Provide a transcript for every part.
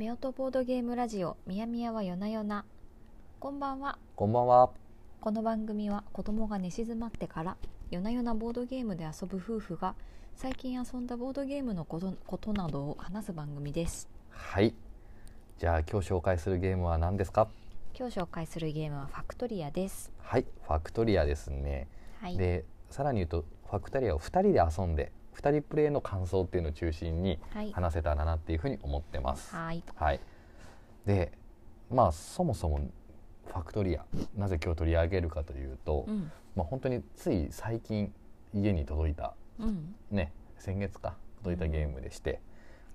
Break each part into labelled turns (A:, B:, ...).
A: 夫とボードゲームラジオみやみやは夜な夜なこんばんは
B: こんばんは。
A: この番組は子供が寝静まってから夜な夜なボードゲームで遊ぶ夫婦が最近遊んだボードゲームのことことなどを話す番組です
B: はい。じゃあ今日紹介するゲームは何ですか。
A: 今日紹介するゲームはファクトリアです
B: はい、ファクトリアですね。
A: はい
B: で、さらに言うとファクトリアを二人で遊んで、二人プレイの感想っていうのを中心に
A: はい
B: 話せたらなっていうふうに思ってます。
A: はい
B: はい。で、まあそもそもファクトリアなぜ今日取り上げるかというと、
A: うん
B: まあ本当につい最近家に届いた
A: うん
B: ね、先月か届いたゲームでして。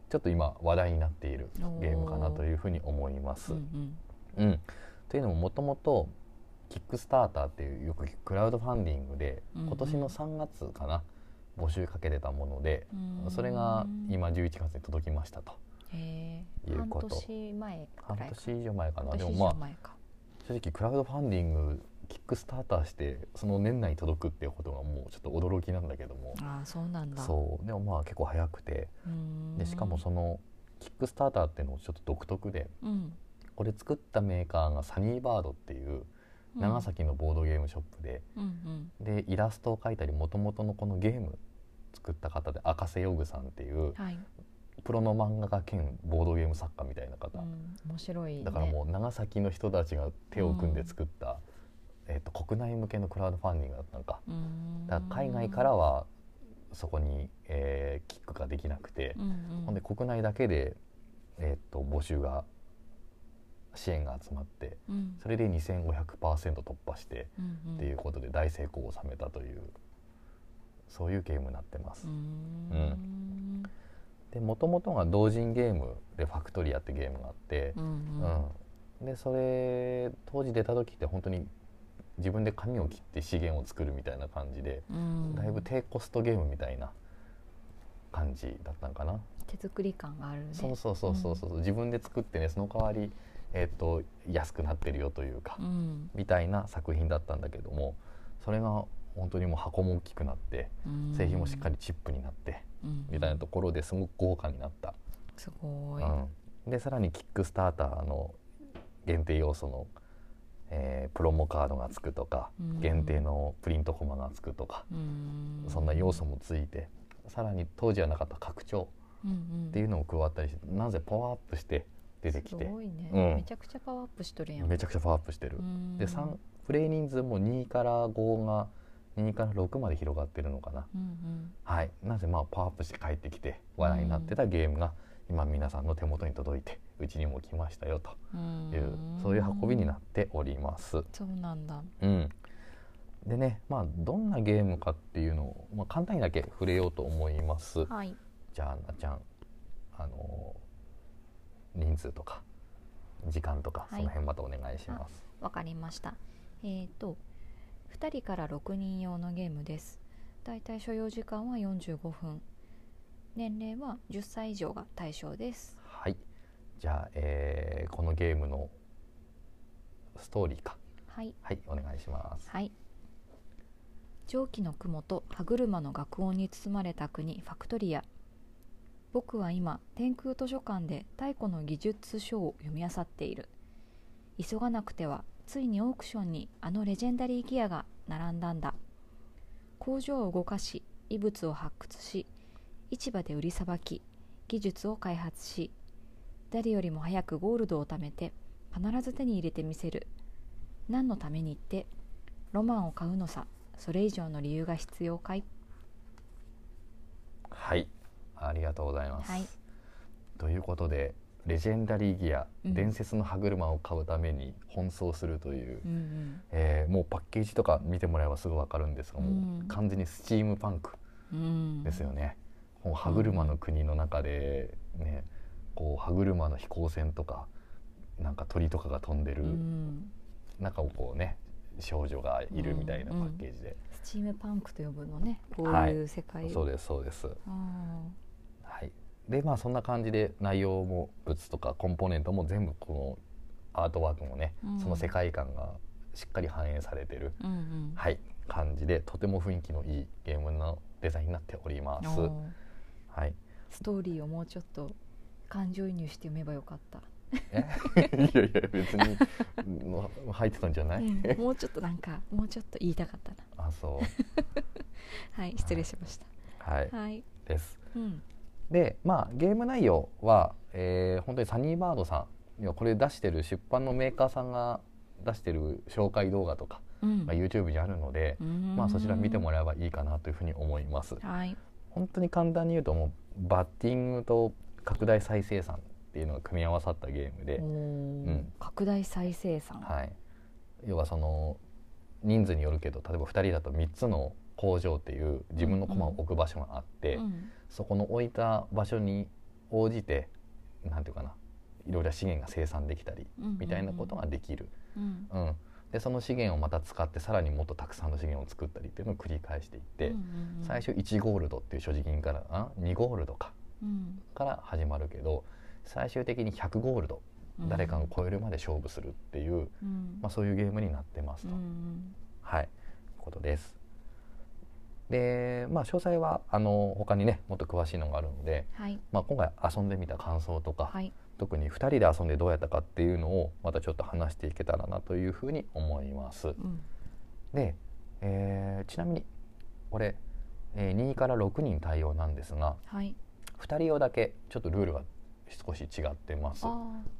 B: ちょっと今話題になっているゲームかなというふうに思います。
A: うんうん
B: うん、というのももともとキックスターターっていうよく聞くクラウドファンディングで
A: うんうん
B: 今年の3月かな、募集かけてたもので、それが今11月に届きましたと
A: へえ
B: いうこと
A: 半年前く
B: 半
A: らいか
B: 年以上前かな
A: 半
B: で
A: 年
B: も
A: 以
B: ま
A: 上
B: あ
A: 前か
B: 正直クラウドファンディングキックスターターしてその年内に届くっていうことがもうちょっと驚きなんだけども
A: ああそうなんだ
B: そうでもまあ結構早くて
A: うーん
B: でしかもそのキックスターターっていうのもちょっと独特で
A: うん
B: これ作ったメーカーがサニーバードっていう長崎のボードゲームショップで、
A: うんうん
B: でイラストを描いたりもともとのこのゲーム作った方で赤瀬ヨグさんっていう
A: はい、
B: プロの漫画家兼ボードゲーム作家みたいな
A: う
B: 方、
A: ん、面白い、ね、
B: だからもう長崎の人たちが手を組んで作った、えっと国内向けのクラウドファンディングだったのか
A: うーん
B: だから海外からはそこに、えーキックができなくて
A: う、んうん、
B: ほんで国内だけで、えっと募集が支援が集まって
A: うん
B: それで2500%突破して。
A: うんうん、
B: っていうことで大成功を収めたというそういうゲームになってます
A: うー。ん
B: で元々が同人ゲームで「ファクトリア」ってゲームがあって
A: う、
B: うん
A: うん
B: んでそれ当時出た時って本当に自分で紙を切って資源を作るみたいな感じで
A: うん
B: だいぶ低コストゲームみたいな感じだったんかな。
A: 手作り感があるね
B: そうそうそうそうそう自分で作ってねその代わり、えっと安くなってるよというか、
A: うん
B: みたいな作品だったんだけどもそれが本当にもう箱も大きくなって
A: うん、
B: 製品もしっかりチップになってみたいなところですごく豪華になった、
A: うんすご
B: う
A: い、
B: ん、でさらにキックスターターの限定要素の、えープロモカードがつくとか
A: うん
B: 限定のプリントコマがつくとか
A: うん、
B: そんな要素もついてさらに当時はなかった拡張
A: っ
B: っていうのも加わったりしてなぜパワーアップして出てき
A: す
B: て
A: ごいね、
B: うん
A: めちゃくちゃパワーアップしとるやん
B: めちゃくちゃパワーアップしてる
A: う。ん
B: で三プレイ人数も2から5が2から6まで広がってるのかな。
A: うんうん
B: はい、なぜまあパワーアップして帰ってきて話題になってたゲームが今皆さんの手元に届いてうちにも来ましたよと
A: うん
B: いうそういう運びになっております。
A: そうなんだ
B: うん、でねまあどんなゲームかっていうのを、まあ、簡単にだけ触れようと思います。
A: はい
B: じゃあなっちゃんあの人数とか時間とか
A: は
B: そ
A: い
B: の辺またお願いします。
A: わかりましたえっ、と2人から6人用のゲームですだいたい所要時間は45分年齢は10歳以上が対象です
B: はい、じゃあ、えーこのゲームのストーリーか
A: はい
B: はいお願いします。
A: はい蒸気の雲と歯車の学音に包まれた国ファクトリア僕は今天空図書館で太古の技術書を読み漁っている急がなくてはついにオークションにあのレジェンダリーギアが並んだんだ工場を動かし異物を発掘し市場で売りさばき技術を開発し誰よりも早くゴールドを貯めて必ず手に入れてみせる何のためにってロマンを買うのさそれ以上の理由が必要かい
B: はい、ありがとうございます。
A: はい
B: ということで、レジェンダリーギア、
A: うん
B: 伝説の歯車を買うために奔走するという、
A: うん
B: えーもうパッケージとか見てもらえばすぐわかるんですが、も
A: うん
B: う完全にスチームパンク
A: うん
B: ですよね。もう歯車の国の中でね、こう歯車の飛行船とか、なんか鳥とかが飛んでる
A: うん
B: 中をこうね、少女がいるみたいなパッケージで、
A: スチームパンクと呼ぶのねこう
B: はいいう
A: 世界、
B: そうですそうです。
A: あ
B: はい、でまあそんな感じで内容も物とかコンポーネントも全部このアートワークもね、
A: うん
B: その世界観がしっかり反映されてる、
A: ーうんうん
B: はい、感じでとても雰囲気のいいゲームのデザインになっております。
A: おー
B: はい、
A: ストーリーをもうちょっと感情移入して読めばよかった、
B: え いやいや別にの入ってたんじゃない、
A: うんもうちょっとなんかもうちょっと言いたかったな
B: あそう
A: はい失礼しました
B: はい
A: はい、
B: です
A: うん
B: でまあゲーム内容は、えー本当にサニーバードさんいやこれ出してる出版のメーカーさんが出してる紹介動画とか
A: うん
B: が YouTube にあるので、まあ、そちら見ても
A: ら
B: らえばいいかなというふうに思います。
A: はい
B: 本当に簡単に言うともうバッティングと拡大再生産っていうのが組み合わさったゲームで、
A: おー
B: うん
A: 拡大再生産、
B: はい、要はその人数によるけど例えば2人だと3つの工場っていう自分の駒を置く場所があって、
A: うん
B: そこの置いた場所に応じてなんていうかないろいろな資源が生産できたりみたいなことができる、
A: うん
B: うんでその資源をまた使ってさらにもっとたくさんの資源を作ったりっていうのを繰り返していっ
A: う
B: て、
A: んうんうん
B: 最初1ゴールドっていう所持金からあ2ゴールドか
A: うん
B: から始まるけど最終的に100ゴールド
A: うん
B: 誰かが超えるまで勝負するっていう、
A: うん
B: まあ、そういうゲームになってますと、
A: うん
B: はいことです。でまあ詳細はあの他にねもっと詳しいのがあるので、
A: はい
B: まあ、今回遊んでみた感想とか、
A: はい
B: 特に2人で遊んでどうやったかっていうのをまたちょっと話していけたらなというふうに思います。
A: うん
B: で、えーちなみにこれ、えー2から6人対応なんですが
A: はい
B: 2人用だけちょっとルールが少し違ってます。
A: あ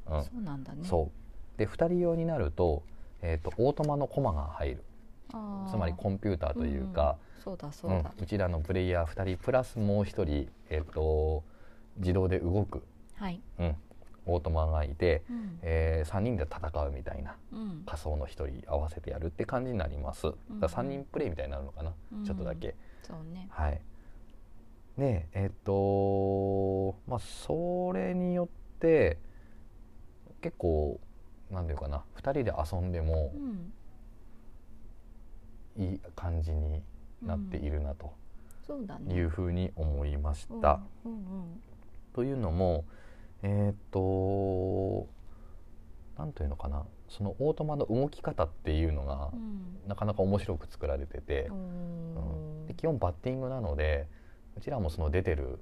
B: う
A: あ
B: ん
A: そうなんだね
B: そうで2人用になると,、えー、とオートマのコマが入る
A: あー
B: つまりコンピューターというか、
A: そうだ
B: う
A: そ
B: ん
A: う
B: う
A: だ
B: ちらのプレイヤー2人プラスもう1人、えー、と自動で動く、
A: はい
B: うん、オートマがいて、
A: うん
B: え3人で戦うみたいな
A: うん
B: 仮想の1人合わせてやるって感じになります、
A: うん
B: だ3人プレイみたいになるのかな、
A: うん
B: ちょっとだけ
A: そうね
B: はいねええっとまあそれによって結構なんていうかな2人で遊んでも
A: うん
B: いい感じになってい
A: る
B: るなと
A: そうだね
B: いうふうに思いました。
A: うんうん
B: というのもえっとなんというのかなそのオートマの動き方っていうのが
A: うん
B: なかなか面白く作られてて
A: う、んおー
B: で基本バッティングなのでうちらもその出てる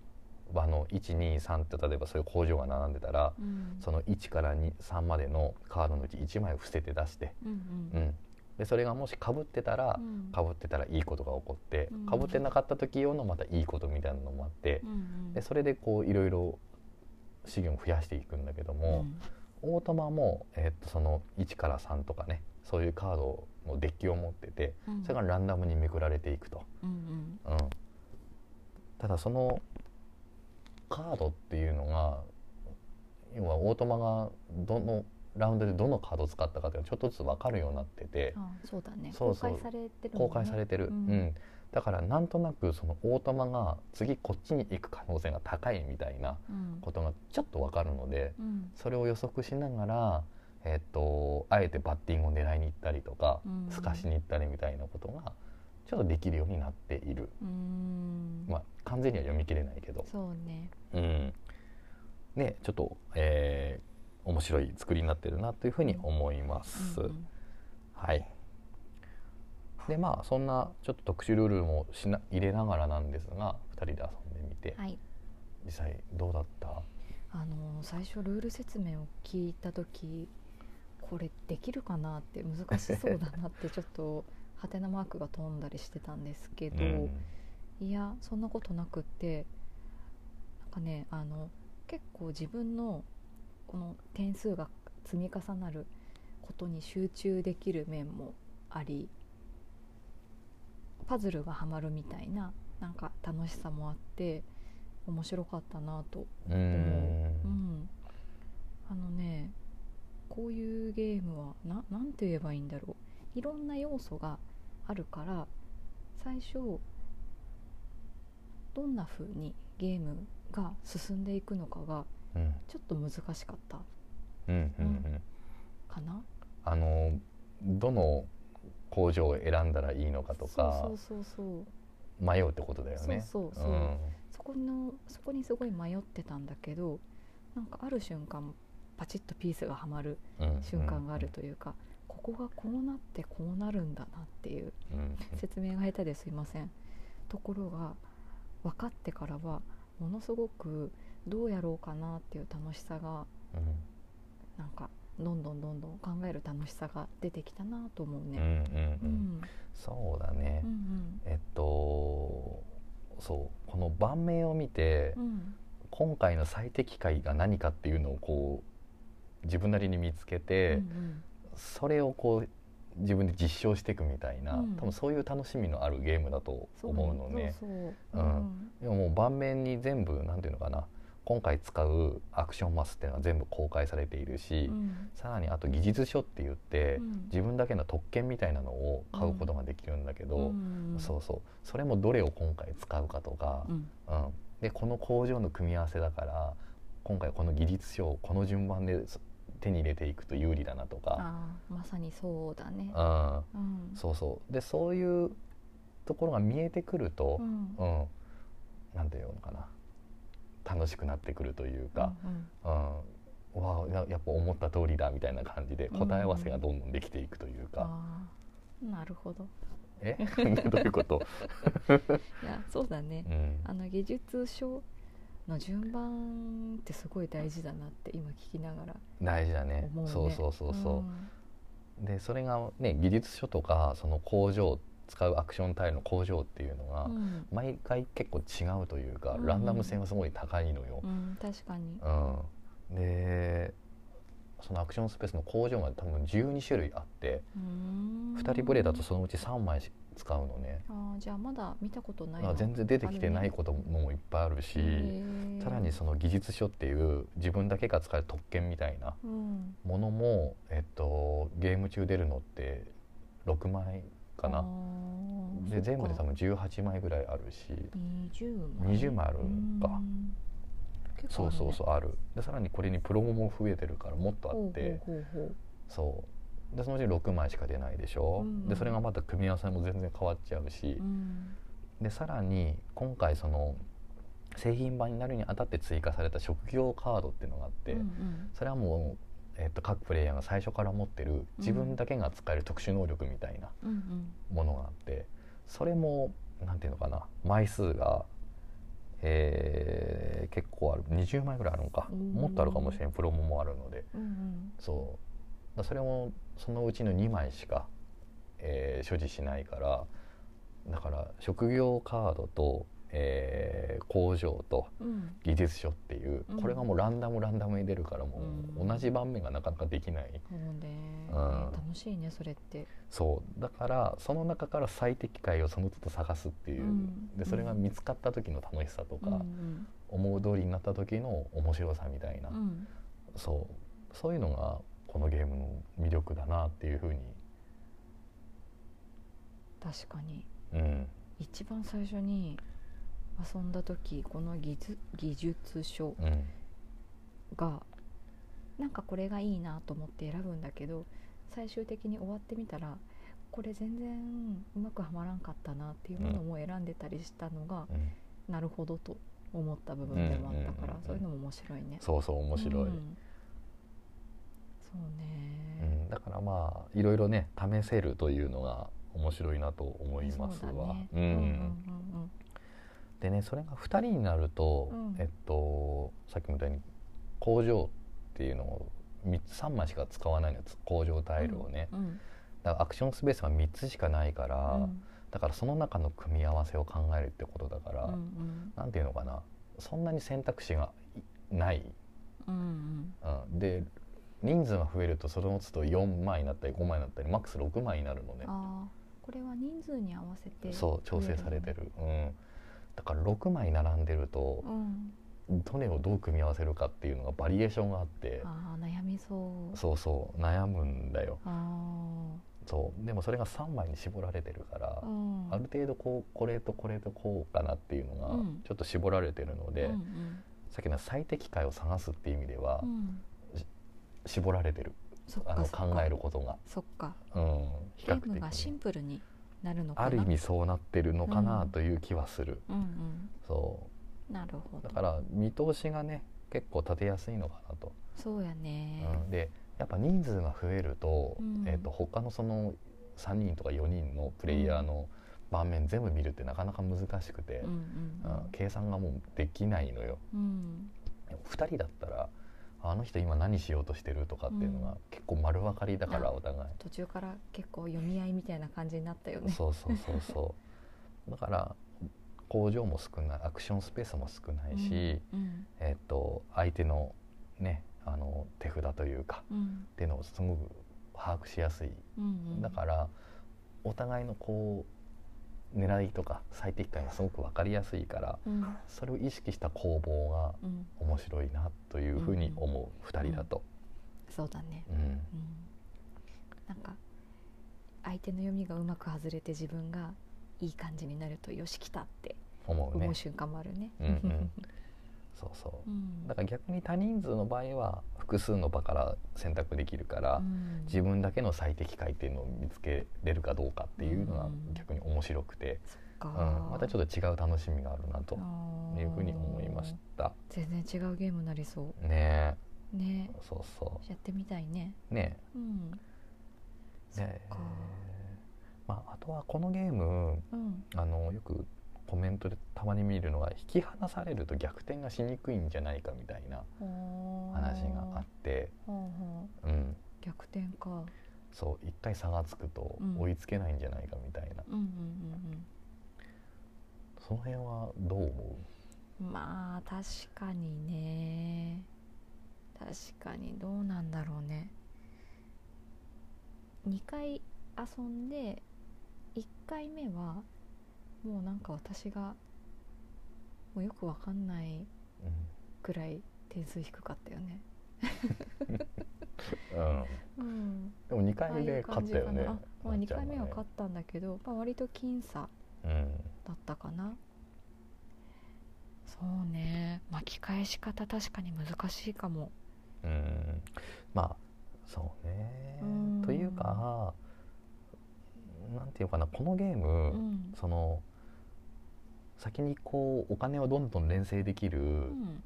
B: 場の123って例えばそういう工場が並んでたら
A: うん
B: その1から3までのカードのうち1枚を伏せて出して、
A: うん
B: う
A: うん
B: ん、でそれがもしかぶってたら
A: うん
B: かぶってたらいいことが起こって
A: うん
B: かぶってなかった時用のまたいいことみたいなのもあって
A: うんうん
B: でそれでこういろいろ資源を増やしていくんだけど
A: う
B: も
A: ん
B: オートマもえっとその1から3とかねそういうカードのデッキを持ってて
A: うん
B: それがランダムにめくられていくと。
A: うん
B: うん、ただそのカードっていうのが要はオートマがどのラウンドでどのカードを使ったかっていうのがちょっとずつ分かるようになってて
A: うんあそうだね
B: そうそ
A: 公
B: う
A: 開されてるもんね
B: 公開されてる、
A: う
B: うんんだからなんとなくそのオートマが次こっちに行く可能性が高いみたいな
A: うん
B: ことがちょっと分かるので
A: うん
B: それを予測しながら、えっとあえてバッティングを狙いに行ったりとか、
A: うん
B: すかしに行ったりみたいなことがちょっとできるようになっている。
A: うん
B: まあ、完全には読み切れないけど、
A: そうね
B: うん、ねちょっと、えー面白い作りになってるなというふうに思います。
A: うんうん
B: はいでまあそんなちょっと特殊ルールもしな入れながらなんですが2人で遊んでみて、
A: はい
B: 実際どうだった
A: あのー最初ルール説明を聞いた時これできるかなって難しそうだなってちょっとハテナマークが飛んだりしてたんですけど、
B: うん
A: いやそんなことなくってなんかねあの結構自分のこの点数が積み重なることに集中できる面もありパズルがはまるみたいななんか楽しさもあって面白かったなと
B: う
A: うんん、あのねこういうゲームはななんて言えばいいんだろういろんな要素があるから最初どんな風にゲームが進んでいくのかが
B: うん
A: ちょっと難しかった
B: うんうんうん
A: かな
B: あのどの工場を選んだらいいのかとか
A: そうそうそうそう
B: 迷うってことだよね。
A: そうそうそうんそこのそこにすごい迷ってたんだけどなんかある瞬間パチッとピースがはまる
B: うん
A: 瞬間があるというか、ここがこうなってこうなるんだなっていう
B: うんうん
A: 説明が下手ですいませんところが分かってからはものすごくどうやろうかなっていう楽しさが
B: う
A: なんかどんどんどんどん考える楽しさが出てきたなと思うん
B: うんう
A: ね。
B: んう
A: うんん
B: そうだね
A: うんうん
B: えっとそうこの盤面を見て
A: うん
B: 今回の最適解が何かっていうのをこう自分なりに見つけ
A: う
B: て、
A: ん
B: それをこう自分で実証していくみたいな、
A: うん
B: 多分そういう楽しみのあるゲームだと
A: そう
B: 思うのね。
A: そうそう
B: うんでももう盤面に全部なんていうのかな今回使うアクションマスっていうのは全部公開されているし、
A: うん
B: さらにあと技術書って言って、
A: うん
B: 自分だけの特権みたいなのを買うことができるんだけど、
A: うん
B: そうそうそれもどれを今回使うかとか、
A: うん
B: うんでこの工場の組み合わせだから今回この技術書をこの順番でそ手に入れていくと有利だなとか、
A: あーまさにそうだね。
B: うん、
A: うん
B: そうそうでそういうところが見えてくると、
A: うん
B: うん、なんていうのかな楽しくなってくるというか、
A: うんうん
B: うんわあややっぱ思った通りだみたいな感じで答え合わせがどんどんできていくというか、
A: あーなるほど。
B: え どういうこと、
A: いやそうだね。
B: うん
A: あの技術書の順番ってすごい大事だなって今聞きながら
B: 大事だね
A: 思うね。
B: そうそうそうそう、でそれがね技術書とかその工場使うアクションタイルの工場っていうのが、
A: うん。うん
B: 毎回結構違うというか、
A: うん
B: ランダム性がすごい高いのよ
A: う、ん確かに。
B: うん、でそのアクションスペースの工場が多分12種類あって2
A: 2
B: 人プレイだとそのうち3枚し使うのね、
A: あーじゃあまだ見たことない
B: まあ
A: な
B: 全然出てきてないこともいっぱいあるし、さらにその技術書っていう自分だけが使える特権みたいな
A: うん
B: ものも、えっと、ゲーム中出るのって6枚か
A: あ
B: な。
A: ー
B: で全部で多
A: そっか
B: 分18枚ぐらいあるし
A: 20枚
B: 20枚あるか
A: うん結構あ
B: そう
A: るね
B: そうそうあるでさらにこれにプロモも増えてるからもっとあって。
A: ほうほうほう
B: そうでそのうち6枚しか出ないでし
A: う
B: ょ、
A: ん
B: でそれがまた組み合わせも全然変わっちゃうし
A: ほう、うん
B: でさらに今回その製品版になるにあたって追加された職業カードっていうのがあって、
A: うんうん
B: それはもう、えっと各プレイヤーが最初から持ってる自分だけが使える特殊能力みたいな
A: うんうん
B: ものがあってそれもなんていうのかな枚数が、えー結構ある20枚ぐらいあるのか、
A: うん
B: もっとあるかもしれんプロモもあるので。
A: うんうん
B: そうだそれもそのうちの2枚しか、えー所持しないからだから職業カードと、えー工場と
A: うん
B: 技術書っていう、
A: うん
B: これがもうランダムランダムに出るからも
A: う
B: うん同じ盤面がなかなかできない、
A: そうね
B: うん
A: 楽しいねそれって
B: そうだからその中から最適解をその都度探すっていう、
A: うん
B: でそれが見つかった時の楽しさとか、
A: うん
B: 思う通りになった時の面白さみたいな、
A: うんうん
B: そうそういうのがこのゲームの魅力だなっていうふうに、
A: 確かに
B: うん、
A: 一番最初に遊んだ時この技術技術書
B: うん
A: がなんかこれがいいなと思って選ぶんだけど最終的に終わってみたらこれ全然うまくはまらんかったなっていうものも選んでたりしたのが、
B: うん
A: なるほどと思った部分でもあったから、
B: うんうんうんうん
A: そういうのも面白いね。
B: そうそう面白い、う
A: うんんそうね、
B: だからまあいろいろね試せるというのが面白いなと思います
A: そうだ
B: わ
A: ね。
B: うんでねそれが2人になると、
A: うん
B: えっとさっきみたいに工場っていうのを3つ3枚しか使わないのよ工場タイルをね、
A: うんうん
B: だからアクションスペースは3つしかないか
A: う
B: ら、
A: ん
B: だからその中の組み合わせを考えるってことだから、
A: うんうん
B: なんていうのかなそんなに選択肢がいない
A: うんうん
B: うん、で人数が増えるとその都度4枚になったり5枚になったりマックス6枚になるのね
A: あーこれは人数に合わせて
B: そう調整されて
A: る、
B: る、うん、だから6枚並んでると
A: うん、
B: どれをどう組み合わせるかっていうのがバリエーションがあって
A: あー悩みそう
B: そうそう悩むんだよ
A: あ
B: そうでもそれが3枚に絞られてるから
A: あ、う、ん、
B: ある程度こうこれとこれとこうかなっていうのが
A: うん
B: ちょっと絞られてるので、
A: うん
B: さっきの最適解を探すっていう意味では
A: うんうん、
B: 絞られてる、
A: そっ
B: あの
A: かそっか
B: 考えることが、
A: そっか
B: うん、比
A: ゲ
B: 較
A: ーム
B: 的
A: がシ
B: ね
A: ンプルになるのかな
B: ある意味そうなってるのか
A: う
B: なんという気はする、
A: うん
B: そ
A: うんなるほ
B: う
A: ど
B: だから見通しがね結構立てやすいのかなと、
A: そうやね、
B: うん、でやっぱ人数が増えると,、
A: うん
B: えっと他のその3人とか4人のプレイヤーの盤面全部見るってなかなか難しくて、
A: うんうん
B: うん計算がもうできないのよ、
A: うん、
B: 2人だったらあの人今何しようとしてるとかっていうの
A: うん
B: が結構丸分かりだから
A: あ
B: お互い
A: 途中から結構読み合いみたいな感じになったよ ね。
B: そうそうそうそう だから工場も少ないアクションスペースも少ないし、
A: うん
B: えっと相手のねあの手札というか
A: うん
B: っていうのをすごく把握しやすい
A: うんうん、
B: だからお互いのこう狙いとか最適解がすごく分かりやすいから
A: ら、うん
B: それを意識した攻防が
A: うん、
B: 面白いなというふうに思う2人だと。
A: そうだね、
B: うん
A: うん、なんか相手の読みがうまく外れて自分がいい感じになるとよし来たって
B: 思う
A: 思
B: ね
A: う。瞬間もあるね。
B: うんうんそうそううんだから逆に多人数の場合は複数の場から選択できるから、
A: うん
B: 自分だけの最適解っていうのを見つけれるかどうかっていうのが逆に面白くて、
A: そっ
B: うん
A: か、
B: またちょっと違う楽しみがあるなと
A: と
B: いうふうに思いました。
A: 全然違うゲームになりそ
B: ね
A: うね
B: えそうそ
A: やってみたいね
B: うね
A: うん
B: え
A: そっ
B: ねえ
A: か
B: まあ、あとはこのゲーム
A: うん
B: あのよくコメントでたまに見るのは引き離されると逆転がしにくいんじゃないかみたいな
A: ほー
B: 話があって、
A: ほうほう
B: うん、
A: 逆転か
B: そう一回差がつくと
A: うん
B: 追いつけないんじゃないかみたいな、
A: うんうん
B: その辺はどう思、
A: うんうんまあ確かにね確かにどうなんだろうね2回遊んで1回目はもうなんか私がもうよくわかんないうくらい点数低かったよね
B: うんうん
A: うん
B: でも2
A: ああ
B: 回
A: い
B: 目
A: う
B: 勝
A: 感
B: っ
A: じ
B: た
A: か
B: よね
A: なあまあ2回目は勝
B: っ
A: ったんだけど、まあ、割と僅差
B: た、うん、
A: だったかなそうね巻き返し方確かに難しいかも
B: うんまあそうね
A: うん
B: というかなんていうかなこのゲー
A: う
B: ム、
A: ん
B: その先にこうお金をどんどん連成できる
A: うん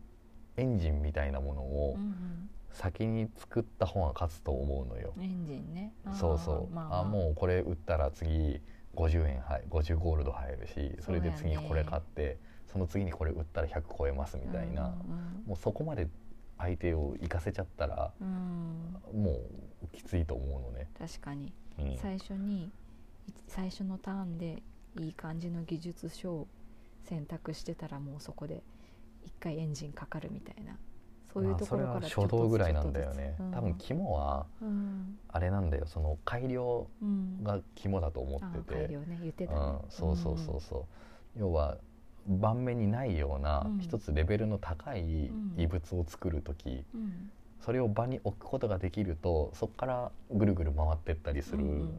B: エンジンみたいなもの
A: う
B: を
A: ん
B: 先に作った方が勝つと思うのよ
A: う。んエンジンねあー
B: そうそう、
A: まあ、ま
B: あ
A: あ、
B: もうこれ売ったら次50円はい50ゴールド入るしそれで次これ買ってそ,、の次にこれ売ったら100超えますみたいな、
A: うん
B: もうそこまで相手を行かせちゃったら
A: うんうん、うん
B: もうきついと思うのね。
A: 確かに
B: うん
A: 最初にい最初のターンでいい感じの技術書を選択してたらもうそこで一回エンジンかかるみたいなそういうところか
B: まあ
A: ら
B: それは初動ぐらいなんだよね、
A: ちょっとずつ
B: 多分肝は
A: うん
B: あれなんだよその改良
A: うん
B: が肝だと思
A: あ
B: って
A: 改
B: て、
A: 良ね言ってたね
B: うん、そうそうそうそう、要は盤面にないような
A: うん
B: 一つレベルの高い
A: うん
B: 異物を作る時、
A: うんうん
B: それを場に置くことができるとそこからぐるぐる回ってったりするん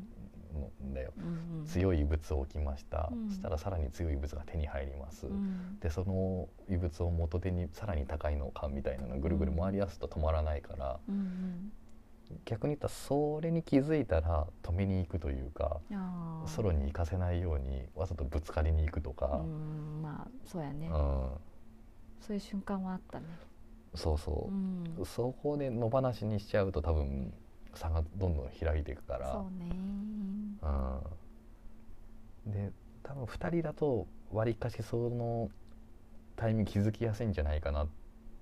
B: だよ、
A: うんうん
B: 強い異物を置きました、
A: うん
B: そしたらさらに強い異物が手に入ります、
A: うん
B: でその異物を元手にさらに高いのを買うみたいなのぐるぐる回りやすと止まらないから、
A: うん
B: 逆に言ったらそれに気づいたら止めに行くというか
A: うんあー
B: ソロに行かせないようにわざとぶつかりに行くと
A: う
B: か、
A: んまあそうや
B: う
A: ね
B: ん
A: そういう瞬間はあったね
B: そうそうう、
A: ん
B: そこで野放しにしちゃうと多分差がどんどん開いていくから。
A: そうね
B: うん、で多分2人だと割りかしそのタイミング気づきやすいんじゃないかな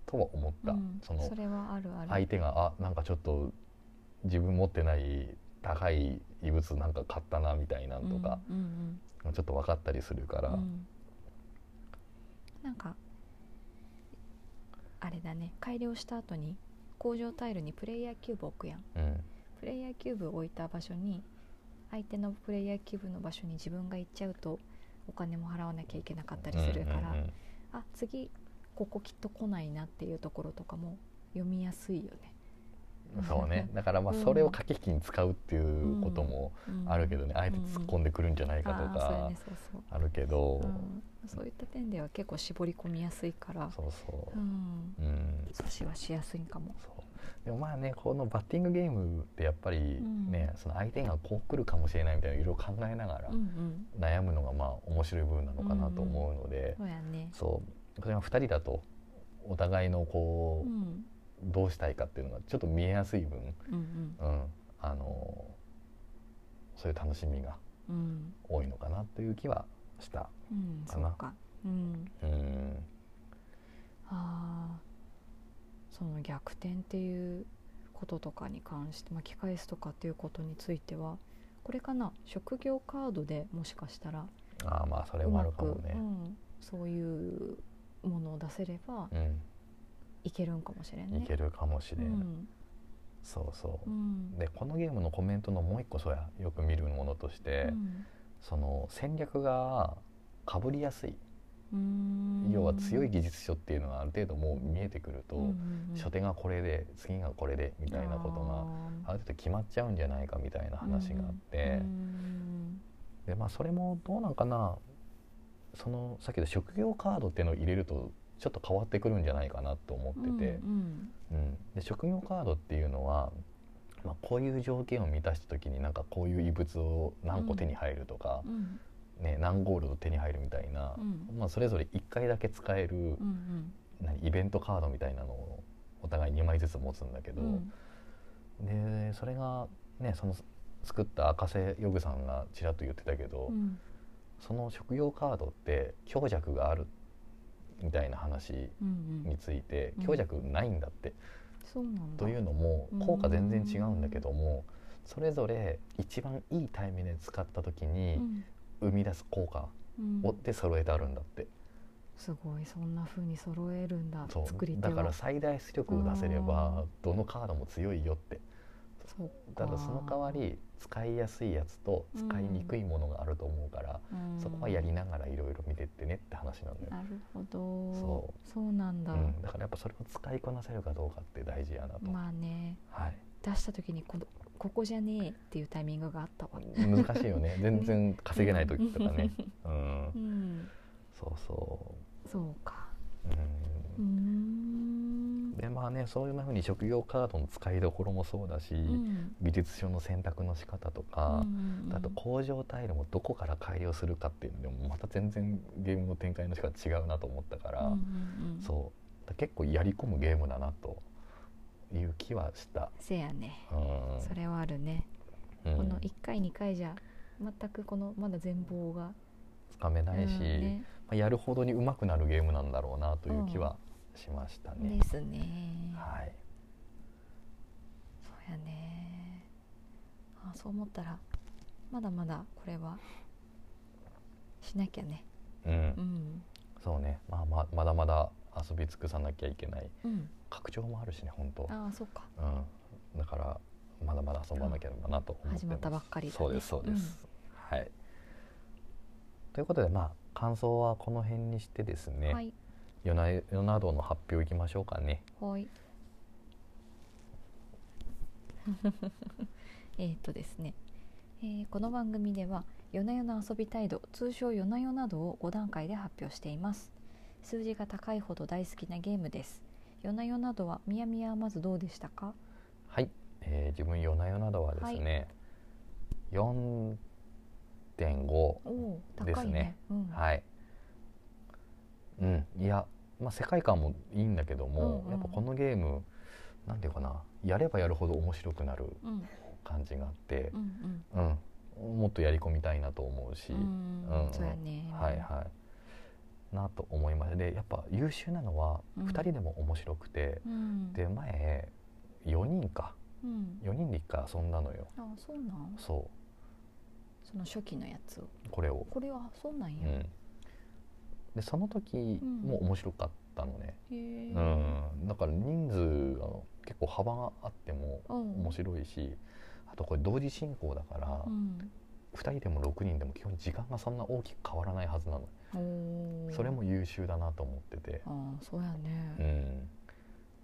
B: とは思った、
A: うん
B: その
A: それはあるある
B: 相手があなんかちょっと自分持ってない高い異物なんか買ったなみたいなんとか、
A: うんうん
B: ちょっと分かったりするか
A: う
B: ら、
A: んうんなんかあれだね改良した後に工場タイルにプレイヤーキューブ置くやん
B: うん
A: プレイヤーキューブを置いた場所に相手のプレイヤーキューブの場所に自分が行っちゃうとお金も払わなきゃいけなかったりするから、
B: うんうん
A: あ次ここきっと来ないなっていうところとかも読みやすいよね。
B: うんそうねだからまあ
A: うん
B: それを駆け引きに使うっていうことも
A: うん
B: あるけどね、あえて突っ込んでくるんじゃない
A: あ
B: かと
A: ーそうや
B: か
A: ねそうそう
B: あるけど、
A: うん、そういった点では結構絞り込みやすいから、
B: そうそうう、
A: ん、
B: うん、
A: 阻止はしやすいんかも。
B: そうでもまあねこのバッティングゲームってやっぱりね、
A: う
B: その相手がこう来るかもしれないみたいないろいろ考えながら
A: うんうん、
B: 悩むのがまあ面白い部分なのかなと思うので、
A: そうやね。
B: そうこれが2人だとお互いの
A: う
B: こ
A: ん
B: う、どうしたいかっていうのがちょっと見えやすい分、
A: うん
B: うん、あのそういう楽しみが
A: うんうん
B: 多いのかなという気はした。
A: うん、
B: か
A: そ
B: な
A: うか。うん、
B: うん
A: あその逆転っていうこととかに関して巻き返すとかっていうことについてはこれかな職業カードでもしかしたら
B: ああまあそれ
A: う
B: もあ
A: ま
B: るか
A: く
B: もね
A: うん、そういうものを出せれば
B: うん、
A: いけるんかもしれん
B: い
A: ね。
B: けるかもし
A: う
B: れん、
A: ん
B: そうそうう、
A: ん
B: でこのゲームのコメントのもう一個そうやよく見るものとして、
A: うん
B: その戦略がかぶりやすい、
A: うん
B: 要は強い技術書っていうのがある程度もう見えてくると、
A: うんうんうん
B: 初手がこれで次がこれでみたいなことがある程度決まっちゃうんじゃないかみたいな話があって、
A: うん
B: でまあそれもどうなんかなそのさっきの職業カードっていうのを入れるとちょっと変わってくるんじゃないかなと思ってて、
A: うん
B: うんで職業カードっていうのは、まあ、こういう条件を満たした時になんかこういう異物を何個手に入るとか
A: う、ん
B: ね、何ゴールド手に入るみたいな
A: うんう、ん
B: まあ、それぞれ1回だけ使える、
A: うんうん
B: 何イベントカードみたいなのをお互い2枚ずつ持つんだけど、
A: うん
B: でそれが、ね、その作った赤瀬ヨグさんがちらっと言ってたけど、
A: うん
B: その職業カードって強弱があるみたいな話
A: うんうん
B: について、
A: うん
B: 強弱ないんだって、
A: そうなんだ
B: というのも
A: うん
B: 効果全然違うんだけども、それぞれ一番いいタイミングで使った時
A: う
B: に
A: ん
B: 生み出す効果
A: うん
B: をって揃えてあるんだって、
A: すごいそんな風に揃えるんだ
B: そう
A: 作り手
B: だ
A: は
B: から最大出力を出せればどのカードも強いよって
A: そう
B: ただその代わり使いやすいやつと使いにくいものがあると思うから、
A: うん
B: そこはやりながらいろいろ見てってねって話なんだよ。
A: なるほど
B: そ
A: そうなんだ、
B: うん、だからやっぱそれを使いこなせるかどうかって大事やなと、
A: まあね
B: はい、
A: 出した時にこのここじゃねえっていうタイミングがあったわ
B: 難しいよ ね全然稼げない時とかね、う、
A: うんん
B: そうそ
A: そうか
B: う、
A: うー
B: うんん、でまあねそういうふうに職業カードの使いどころもそうだし、
A: うん
B: 美術書の選択の仕方とか
A: う、ん
B: あと工場タイルもどこから改良するかっていうのでもまた全然ゲームの展開の仕方違うなと思ったから、
A: うんうんうん
B: そうだ結構やり込むゲームだなという気はした。
A: せやね
B: うん
A: それはあるね、
B: うん
A: この1回2回じゃ全くこのまだ全貌が
B: つかめないし、
A: うんね
B: まあ、やるほどに上手くなるゲームなんだろうなという気はしましたね。
A: ですね
B: はい、
A: そうやねあそう思ったらまだまだこれはしなきゃね
B: うん
A: うん
B: そうね、まあ、ままだまだ遊び尽くさなきゃいけない
A: うん
B: 拡張もあるしね本当、
A: ああそうか
B: うん、だからまだまだ遊ばなきゃなと思ってます
A: 始まったばっかりだね
B: そうですそうです、はいということでまあ感想はこの辺にしてですね、
A: はい
B: ヨナヨナドの発表いきましょうかね
A: はい。 えーっとですね、えーこの番組では夜な夜な遊び態度通称夜な夜などを5段階で発表しています数字が高いほど大好きなゲームです夜な夜などはみやみやはまずどうでしたか
B: はい、えー自分ヨナヨナドはですね、4.5
A: おおー高いねうん、
B: はい。うん、いや、まあ、世界観もいいんだけども、
A: うんうん
B: やっぱこのゲーム。なんていうかな、やればやるほど面白くなる
A: うん
B: 感じがあって
A: う、ん
B: うん、もっとやり込みたいなと思うし。
A: うんうん
B: うんうん
A: そうやね
B: はいはい。なと思いました。で、やっぱ優秀なのは、
A: うん
B: 二人でも面白くて、
A: うん
B: で、前。4人か
A: うん
B: 4人で一回遊んだのよ
A: あそうなん
B: そ
A: その初期のやつを
B: うこれを
A: これはそうなん
B: う
A: や、
B: んでその時
A: うん
B: も面白かったのね、
A: へえ
B: うん、だから人数が結構幅があっても
A: うん
B: 面白いしあとこれ同時進行だから、
A: うん
B: 2人でも6人でも基本時間がそんな大きく変わらないはずなの、
A: おー
B: それも優秀だなと思ってて
A: あ、あそうや
B: う
A: ね、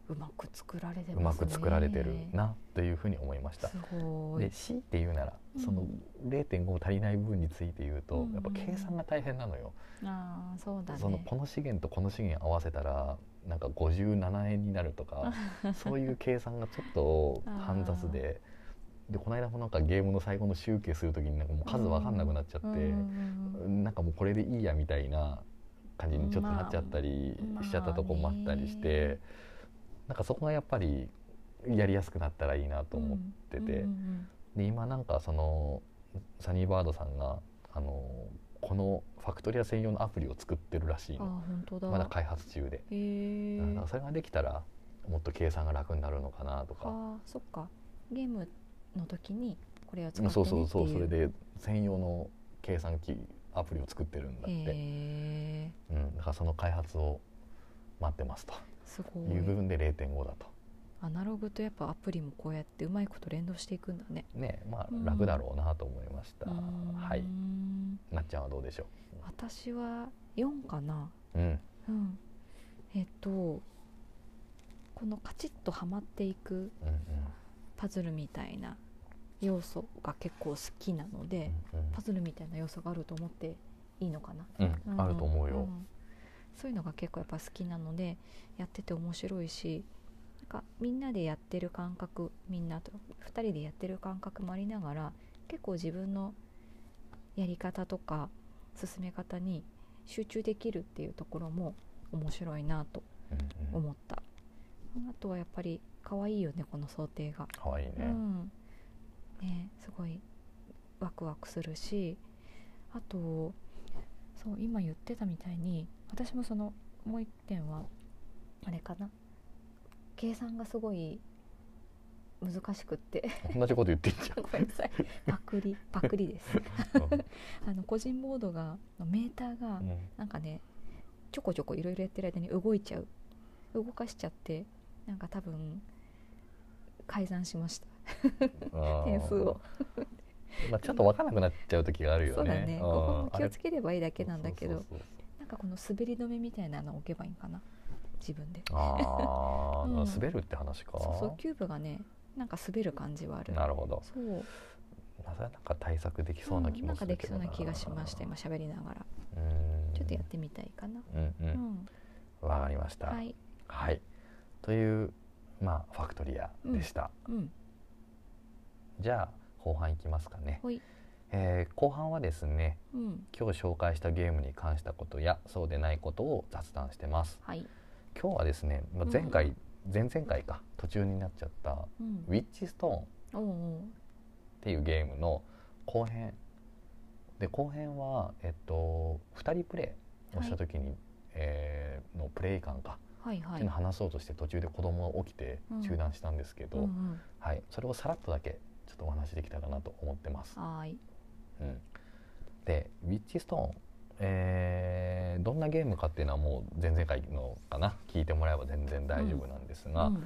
B: ん、
A: うまく作られてますね
B: うまく作られてるなというふうに思いました
A: す。ごい
B: で強いて言うなら、
A: うん
B: その0.5足りない分について言うと、
A: うん
B: やっぱ計算が大変なのよ、
A: ああそうだね
B: そのこの資源とこの資源合わせたらなんか57円になる とかそういう計算がちょっと煩雑ででこの間もなんかゲームの最後の集計する時になんかもう数分かんなくなっちゃって、
A: うんうん
B: なんかもうこれでいいやみたいな感じにちょっとなっちゃったり
A: まあ
B: しちゃったとこもあったりして、
A: まあね
B: なんかそこがやっぱりやりやすくなったらいいなと思ってて、
A: うんうん
B: で今なんかそのサニーバードさんがあのこのファクトリア専用のアプリを作ってるらしい
A: うんああ
B: の
A: 本当だ
B: まだ開発中で。
A: へえ
B: うんだからそれができたらもっと計算が楽になるのかなとか、
A: あーそっかゲームの時にこれを使って
B: ま
A: ね
B: あそうそうそう
A: ってい
B: それで専用の計算機アプリを作ってるんだって、
A: へえ
B: うん、だからその開発を待ってますと
A: すご
B: いう部
A: い
B: 分で0.5だと
A: アナログとやっぱアプリもこうやってうまいこと連動していくんだね
B: ねまあ
A: うん
B: 楽だろうなと思いました、
A: うーん
B: はいなっちゃんはどうでしょ
A: 私は4かな
B: う、うん、
A: うんえっとこのカチッとはまっていく
B: うんうん
A: パズルみたいな要素が結構好きなので、パズルみたいな要素があると思っていいのかな、
B: うんうん
A: うん
B: あると思うよ、
A: んそういうのが結構やっぱ好きなのでやってて面白いしなんかみんなでやってる感覚みんなと2人でやってる感覚もありながら結構自分のやり方とか進め方に集中できるっていうところも面白いなと
B: うんうん
A: 思った、あとはやっぱり可愛いよねこの想定が
B: かわいいね、
A: うん、ねすごいワクワクするしあとそう今言ってたみたいに私もそのもう一点はあれかな計算がすごい難しくって
B: 同じこと言ってんじ
A: ごめんなさいパクリパクリです
B: ゃ ん、うん
A: あの個人ボードがのメーターが
B: うん
A: なんかねちょこちょこいろいろやってる間に動いちゃう動かしちゃってなんか多分改ざんしました
B: あー
A: 点数を
B: まあちょっと分からなくなっちゃう時があるよね
A: そうだね。
B: ん
A: ここも気
B: あ
A: を
B: れ
A: つければいいだけなんだけ
B: そ
A: ど
B: う、そうそうそう
A: なんかこの滑り止めみたいなの置けばいいんかな。自分で。
B: ああ、
A: うん
B: 滑るって話か
A: そうそうキューブがね、なんか滑る感じはある。
B: なるほど
A: そう。
B: なぜなんか対策できそうな気
A: んな
B: も
A: ん
B: す
A: か
B: る
A: でき
B: け
A: そ
B: ど
A: うな気がしました。今喋りながら、
B: うん
A: ちょっとやってみたいかな。
B: うんう
A: うんん。
B: わ、かりました
A: はい。
B: はいというまあファクトリアでした、
A: うん。
B: じゃあ後半いきますかね、
A: ほい。
B: えー後半はですね
A: うん。
B: 今日紹介したゲームに関したことやそうでないことを雑談してます
A: はい。
B: 今日はですね、まあ
A: うん
B: 前回、前々回か途中になっちゃった
A: うん
B: 「ウ。ィッチストー
A: お
B: ン」っ
A: うおう。
B: ていうゲームの後編で後編は、えっと、2人プレイをした時に、えーのプレイ感か、
A: はいは
B: って
A: い。
B: いうのを話そうとして途中で子供が起きて
A: うん
B: 中断したんですけど、
A: うんうん。
B: はい、それをさらっとだけちょっとお話できたかなと思ってます。
A: はーい。
B: うん、で「ウィッチストーン」えーどんなゲームかっていうのはもう前々回のかな聞いてもらえば全然大丈夫なんです
A: う
B: が、
A: ん。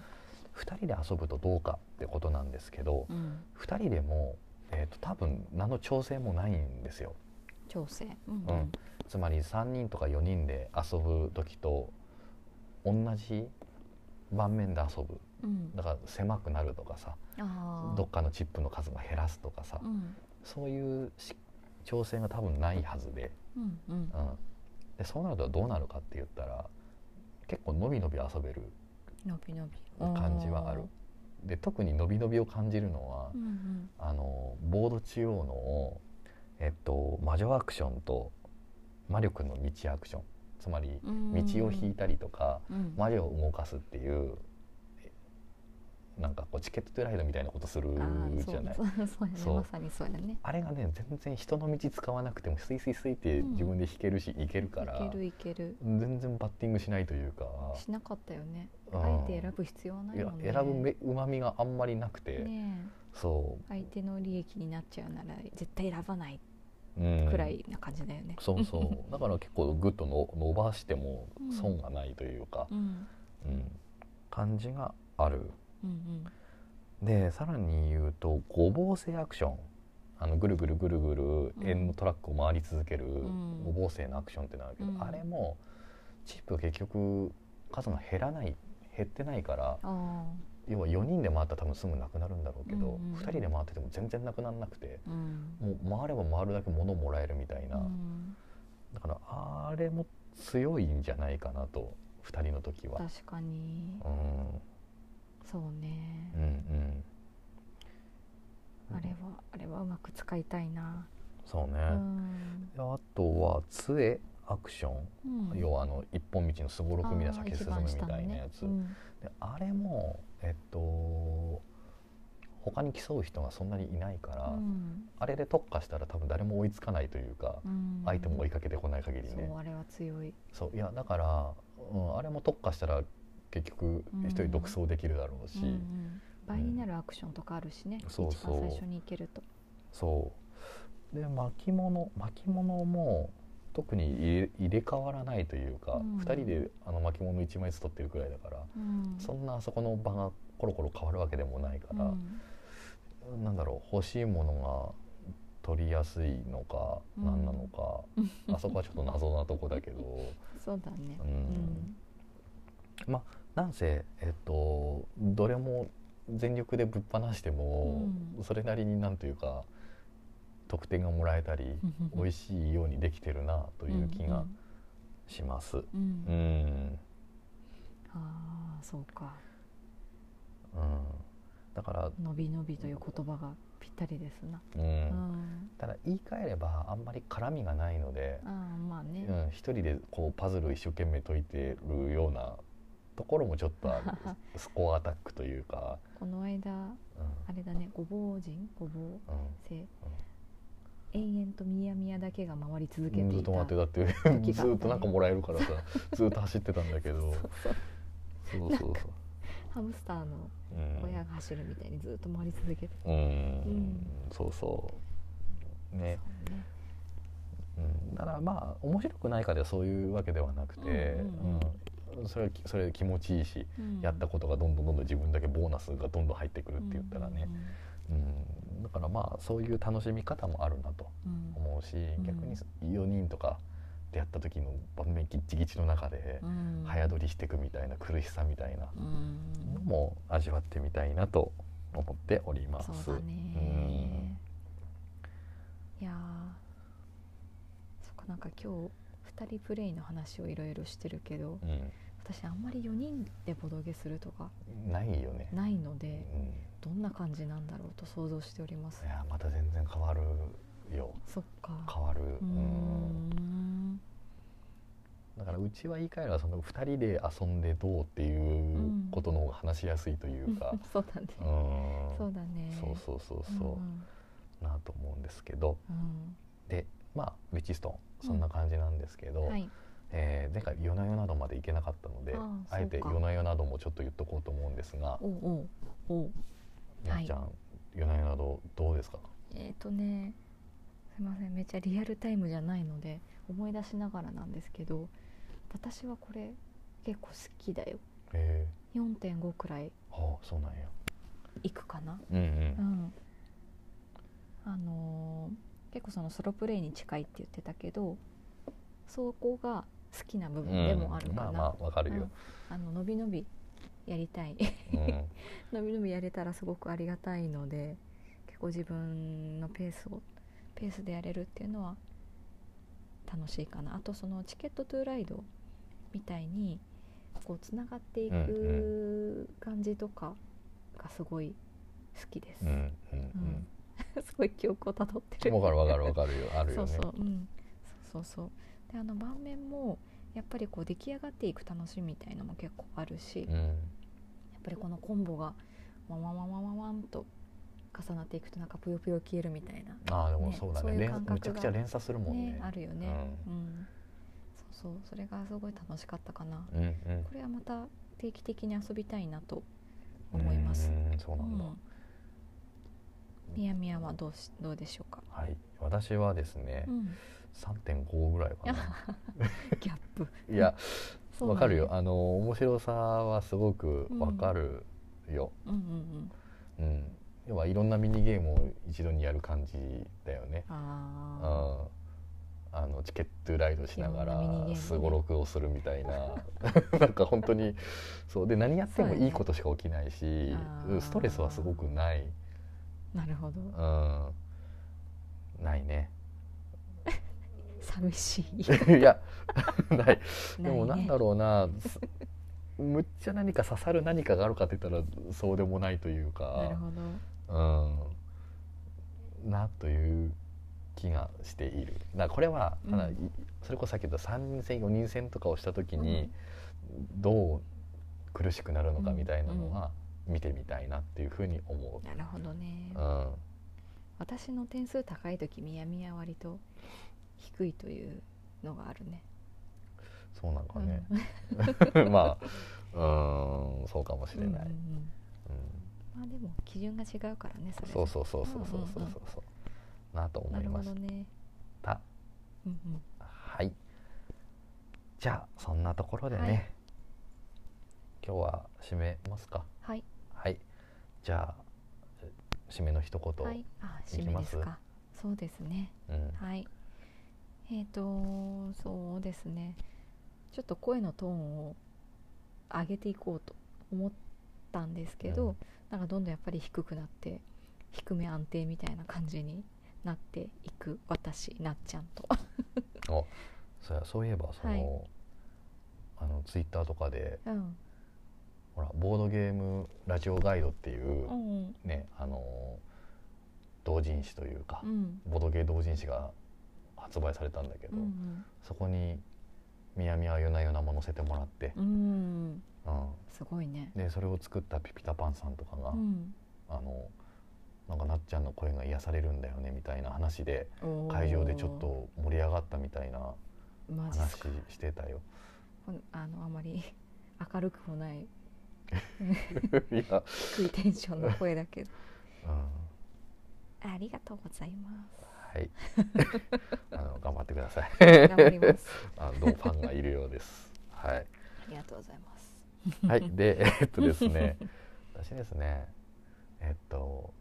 B: 2人で遊ぶとどうかってことなんですけど
A: うん。
B: 2人でも、えー、と多分何の調整もないんですよ
A: 調整。うん。
B: うんつまり3人とか4人で遊ぶ時と同じ盤面で遊ぶ
A: うん。
B: だから狭くなるとかさ
A: ああ。
B: どっかのチップの数が減らすとかさ、
A: うん。
B: そういうし調整が多分ないはずで,、
A: うん。うん
B: う。ん、でそうなるとどうなるかって言ったら結構のびのび遊べる
A: 伸び伸び。
B: 感じはある
A: おー。
B: で特にのびのびを感じるのは、
A: うんうん。
B: あのボード中央の、えっと、魔女アクションと魔力の道アクションつまり道を引いたりとか、
A: うん
B: 魔女を動かすっていうえなんかこうチケットトゥライドみたいなことする
A: あー
B: じゃない
A: そうそうそうやね
B: そう
A: まさにそうやね
B: あれがね全然人の道使わなくてもスイスイスイって自分で弾けるし、いけるから
A: いけるいける
B: 全然バッティングしないというか、
A: しなかったよね
B: うん
A: あえて選ぶ必要はない
B: いや
A: もんね
B: 選ぶめうまみがあんまりなくて、
A: ねえ
B: そ、
A: 相手の利益になっちゃうなら絶対選ばないう
B: うん
A: くらいな感じだよね
B: そうそうだから結構グッとの伸ばしても
A: うん
B: 損がないというか
A: う、ん
B: うん感じがある
A: うんうん
B: でさらに言うとごぼう性アクションあのぐるぐるぐるぐ
A: うん
B: る円のトラックを回り続ける
A: ん
B: ごぼう性のアクションってなるけど、
A: うん
B: あれもチップが結局数が減らない減ってないから
A: あ
B: 要は4人で回ったら多分すぐなくなるんだろうけ
A: う
B: ど、
A: んうん
B: 2人で回ってても全然なくならなくて
A: あうん
B: もう回れば回るだけ物もらえるみたいな。
A: うん
B: だからあれも強いんじゃないかなと2人の時は。
A: 確かに
B: うん
A: そうね
B: うんうん、うん
A: あれはあれはうまく使いたいな
B: そうね、
A: うん
B: であとは杖アクション、
A: うん
B: 要はあの一本道のすごろくみたいな
A: あー
B: 先進
A: 一
B: む
A: 番
B: み
A: 下の
B: たいな
A: ね
B: やつあ,、
A: うん
B: であれもえっと他に競う人がそんなにいないから、
A: うん
B: あれで特化したら多分誰も追いつかないというか、
A: うん
B: 相手も追いかけてこない限り
A: そ
B: ね
A: うあれは強い
B: そういやだから、うん、あれも特化したら結局
A: うん
B: 一人独走できるだろうし、
A: うんうん倍になるアクションとかあるしね、
B: そう
A: 一番
B: そう
A: 最初に行けると
B: そうで巻物巻物も特に入れ入れ替わらないというか、
A: うん
B: 2人であの巻物1枚ずつ取ってるくらいだから、
A: うん
B: そんなあそこの場がコロコロ変わるわけでもないか
A: う
B: ら、
A: ん
B: なんだろう欲しいものが取りやすいのか、
A: うん
B: 何なのかあそこはちょっと謎なとこ だけど
A: そうだね
B: うんなんせえっとどれも全力でぶっ放しても、
A: うん
B: それなりになんというか得点がもらえたり、美味
A: し
B: しいようにできてるなという気がします。
A: うん、うん
B: う
A: うん
B: ん
A: ああそうか
B: うんだから、
A: 「のびのび」という言葉がぴったりですな、
B: う
A: うんん、
B: ただ言い換えればあんまり絡みがないので、
A: ああまあ
B: う
A: ね、
B: ん、一人でこうパズル一生懸命解いてるようなところもちょっとある スコアアタックというか、
A: この間あれだねごぼう人ごぼう
B: うんうん
A: 星延々とみやみやだけが回り続けて
B: ずっ
A: い
B: と
A: た
B: 待ってだって
A: 時が
B: ずっとなんかもらえ るからさずっと走ってたんだけど
A: そうそう
B: そうそうそう
A: ハムスターの
B: うん
A: 親が走るみたいにずっと回り続けて
B: うん
A: ん
B: そうそうね
A: そうね
B: うん、だからまあ面白くないかではそういうわけではなくて、
A: うんうん
B: うんそれはきそれで気持ちいいし、やったことがどんどんどんどん自分だけボーナスがどんどん入ってくるって言ったらね、うんだからまあそういう楽しみ方もあるなと
A: うんうん
B: 思うし、
A: ん
B: 逆に4人とかでやった時の盤面ギッチギチの中で
A: うんうん
B: 早撮りしていくみたいな苦しさみたいな
A: うん
B: のも味わってみたいなと思っております。
A: そうだねいやーそっかなんか今日2人プレイの話をいろいろしてるけど
B: うん
A: 私あんまり4人でボドゲするとか
B: ないよね、
A: ないの
B: う
A: で
B: ん
A: どんな感じなんだろうと想像しております
B: いやまた全然変わるよ
A: そっか
B: 変わる
A: うー
B: うん
A: ん
B: だからうちは言い換えればその2人で遊んでどうっていうことの方が話しやすいとい うか、
A: そうだね
B: うん
A: そうだね
B: そうそうそうそう、
A: ん
B: なと思うんですけど
A: うん
B: でまあウィチストンそんな感じなんですけど、
A: うんはい
B: えー前回「夜な夜など」まで行けなかったので
A: あ
B: あ
A: ー
B: えて「
A: そうか
B: 夜な夜など」もちょっと言っとこうと思うんですが
A: おうおうおう
B: みっちゃん、夜な夜など」どうですか
A: えっ、とねすいませんめっちゃリアルタイムじゃないので思い出しながらなんですけど私はこれ結構好きだよ
B: え
A: 4.5くらい
B: ー、ああそうなんや。
A: いくかな
B: うんう
A: うんんあのー結構そのソロプレイに近いって言ってたけどそこが好きな部分でもあるかな、
B: うんまあまあわかるよ、
A: あの伸び伸びやりたい
B: うん
A: 伸び伸びやれたらすごくありがたいので結構自分のペースをペースでやれるっていうのは楽しいかなあとそのチケットトゥーライドみたいにこうつながっていく感じとかがすごい好きです、
B: うんうんう
A: う
B: ん
A: ん すごい記憶をたどってる
B: わかるわかるわかるよある
A: そ
B: よ
A: う
B: ね
A: そう、うん、そうそうそうであの盤面もやっぱりこう出来上がっていく楽しみみたいのも結構あるし、
B: うん
A: やっぱりこのコンボがワンワンワンワンワンワンと重なっていくとなんかぷよぷよ消えるみたいな、
B: ああでも
A: ね
B: そうだ
A: そう
B: ね
A: いう
B: 連
A: 感覚が
B: めちゃくちゃ連鎖するもんね
A: ねあるよね、うんそうそうそれがすごい楽しかったかな
B: うんうんうん
A: これはまた定期的に遊びたいなと思います
B: うんそう
A: う
B: なんだ、
A: んみやみやはどうしどうでしょうか、
B: はい私はですね、
A: うん、
B: 3.5ぐらいかな
A: ギャップ
B: いや
A: そう
B: わ
A: なんだ
B: かるよあの面白さはすごくわかるよ、
A: うんうんうん
B: うん要はいろんなミニゲームを一度にやる感じだよねうん
A: あ
B: あのチケットライドしなが
A: いろんなミニゲーム
B: ら
A: ね
B: すごろくをするみたいな なんか本当にそうで何やってもいいことしか起きないし、
A: あー
B: ストレスはすごくない、
A: あなるほど
B: うん、な いね
A: 寂しい
B: いや ないで
A: ない
B: も
A: ね
B: なんだろうなす むっちゃ何か刺さる何かがあるかって言ったらそうでもないとい
A: な
B: う
A: る
B: か
A: ほど
B: うんなという気がしているだからこれはただ、
A: うん
B: いそれこそさっき言った3人戦4人戦とかをした時に、どう苦しくなるのかみたいなのは見てみたいなっていうふうに思
A: なるほどね、
B: う、うん
A: 私の点数高い時みやみや割と低いというのがあるね
B: そうなんか
A: うん
B: ね、 まあうーんそうかもしれない、
A: うんうん
B: うん
A: うんまあでも基準が違うからねそれ
B: そうそうそうそうそうそ
A: う
B: うそう
A: んうん
B: そうなと思
A: ないる
B: ま
A: ほ
B: し
A: どね
B: た、
A: うんうん
B: はいじゃあそんなところでね、
A: はい
B: 今日は締めますか
A: はい
B: はいじゃあ締めの一言、
A: はいあ
B: い
A: 締
B: き
A: め
B: ま
A: ですすかそうですね
B: うん、
A: はいえっ、とそうですねちょっと声のトーンを上げていこうと思ったんですけど、
B: うん
A: なんかどんどんやっぱり低くなって低め安定みたいな感じになっていく私なっちゃんと
B: そうやそういえばその、あのツイッターとかで
A: うん
B: ほらボードゲームラジオガイドっていうう、
A: ん
B: ねあの同人誌というか、
A: うん
B: ボードゲー同人誌が発売されたんだけど、
A: うんうん
B: そこに南は夜な夜なも載せてもらって
A: う、ん
B: うん
A: すごいね
B: でそれを作ったピピタパンさんとかが、
A: うん
B: あのなんかなっちゃんの声が癒されるんだよねみたいな話で
A: おー
B: 会場でちょっと盛り上がったみたいな
A: マジっ
B: 話
A: すか
B: してたよ。
A: ほんあのあまり明るくもない
B: いや、
A: 低いテンションの声だけど
B: う ん
A: ありがとうございます
B: はい。あの頑張ってください。
A: 頑 張ります。
B: あのファンがいるようです。はい。
A: ありがとうございます。
B: はい。で、えっとです ね。私ですね。えっと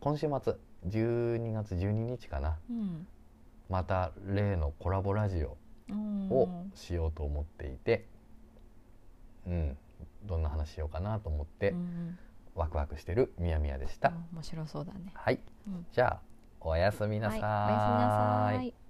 B: 今週末12月12日かな。
A: うん。
B: また例のコラボラジオをしようと思っていて、うん。どんな話しようかなと思って、
A: うん
B: ワクワクしてるみやみやでした。
A: 面白そうだね。
B: はい。
A: うん
B: じゃあおやすみなさ
A: は
B: ー
A: いおやすみなさーい。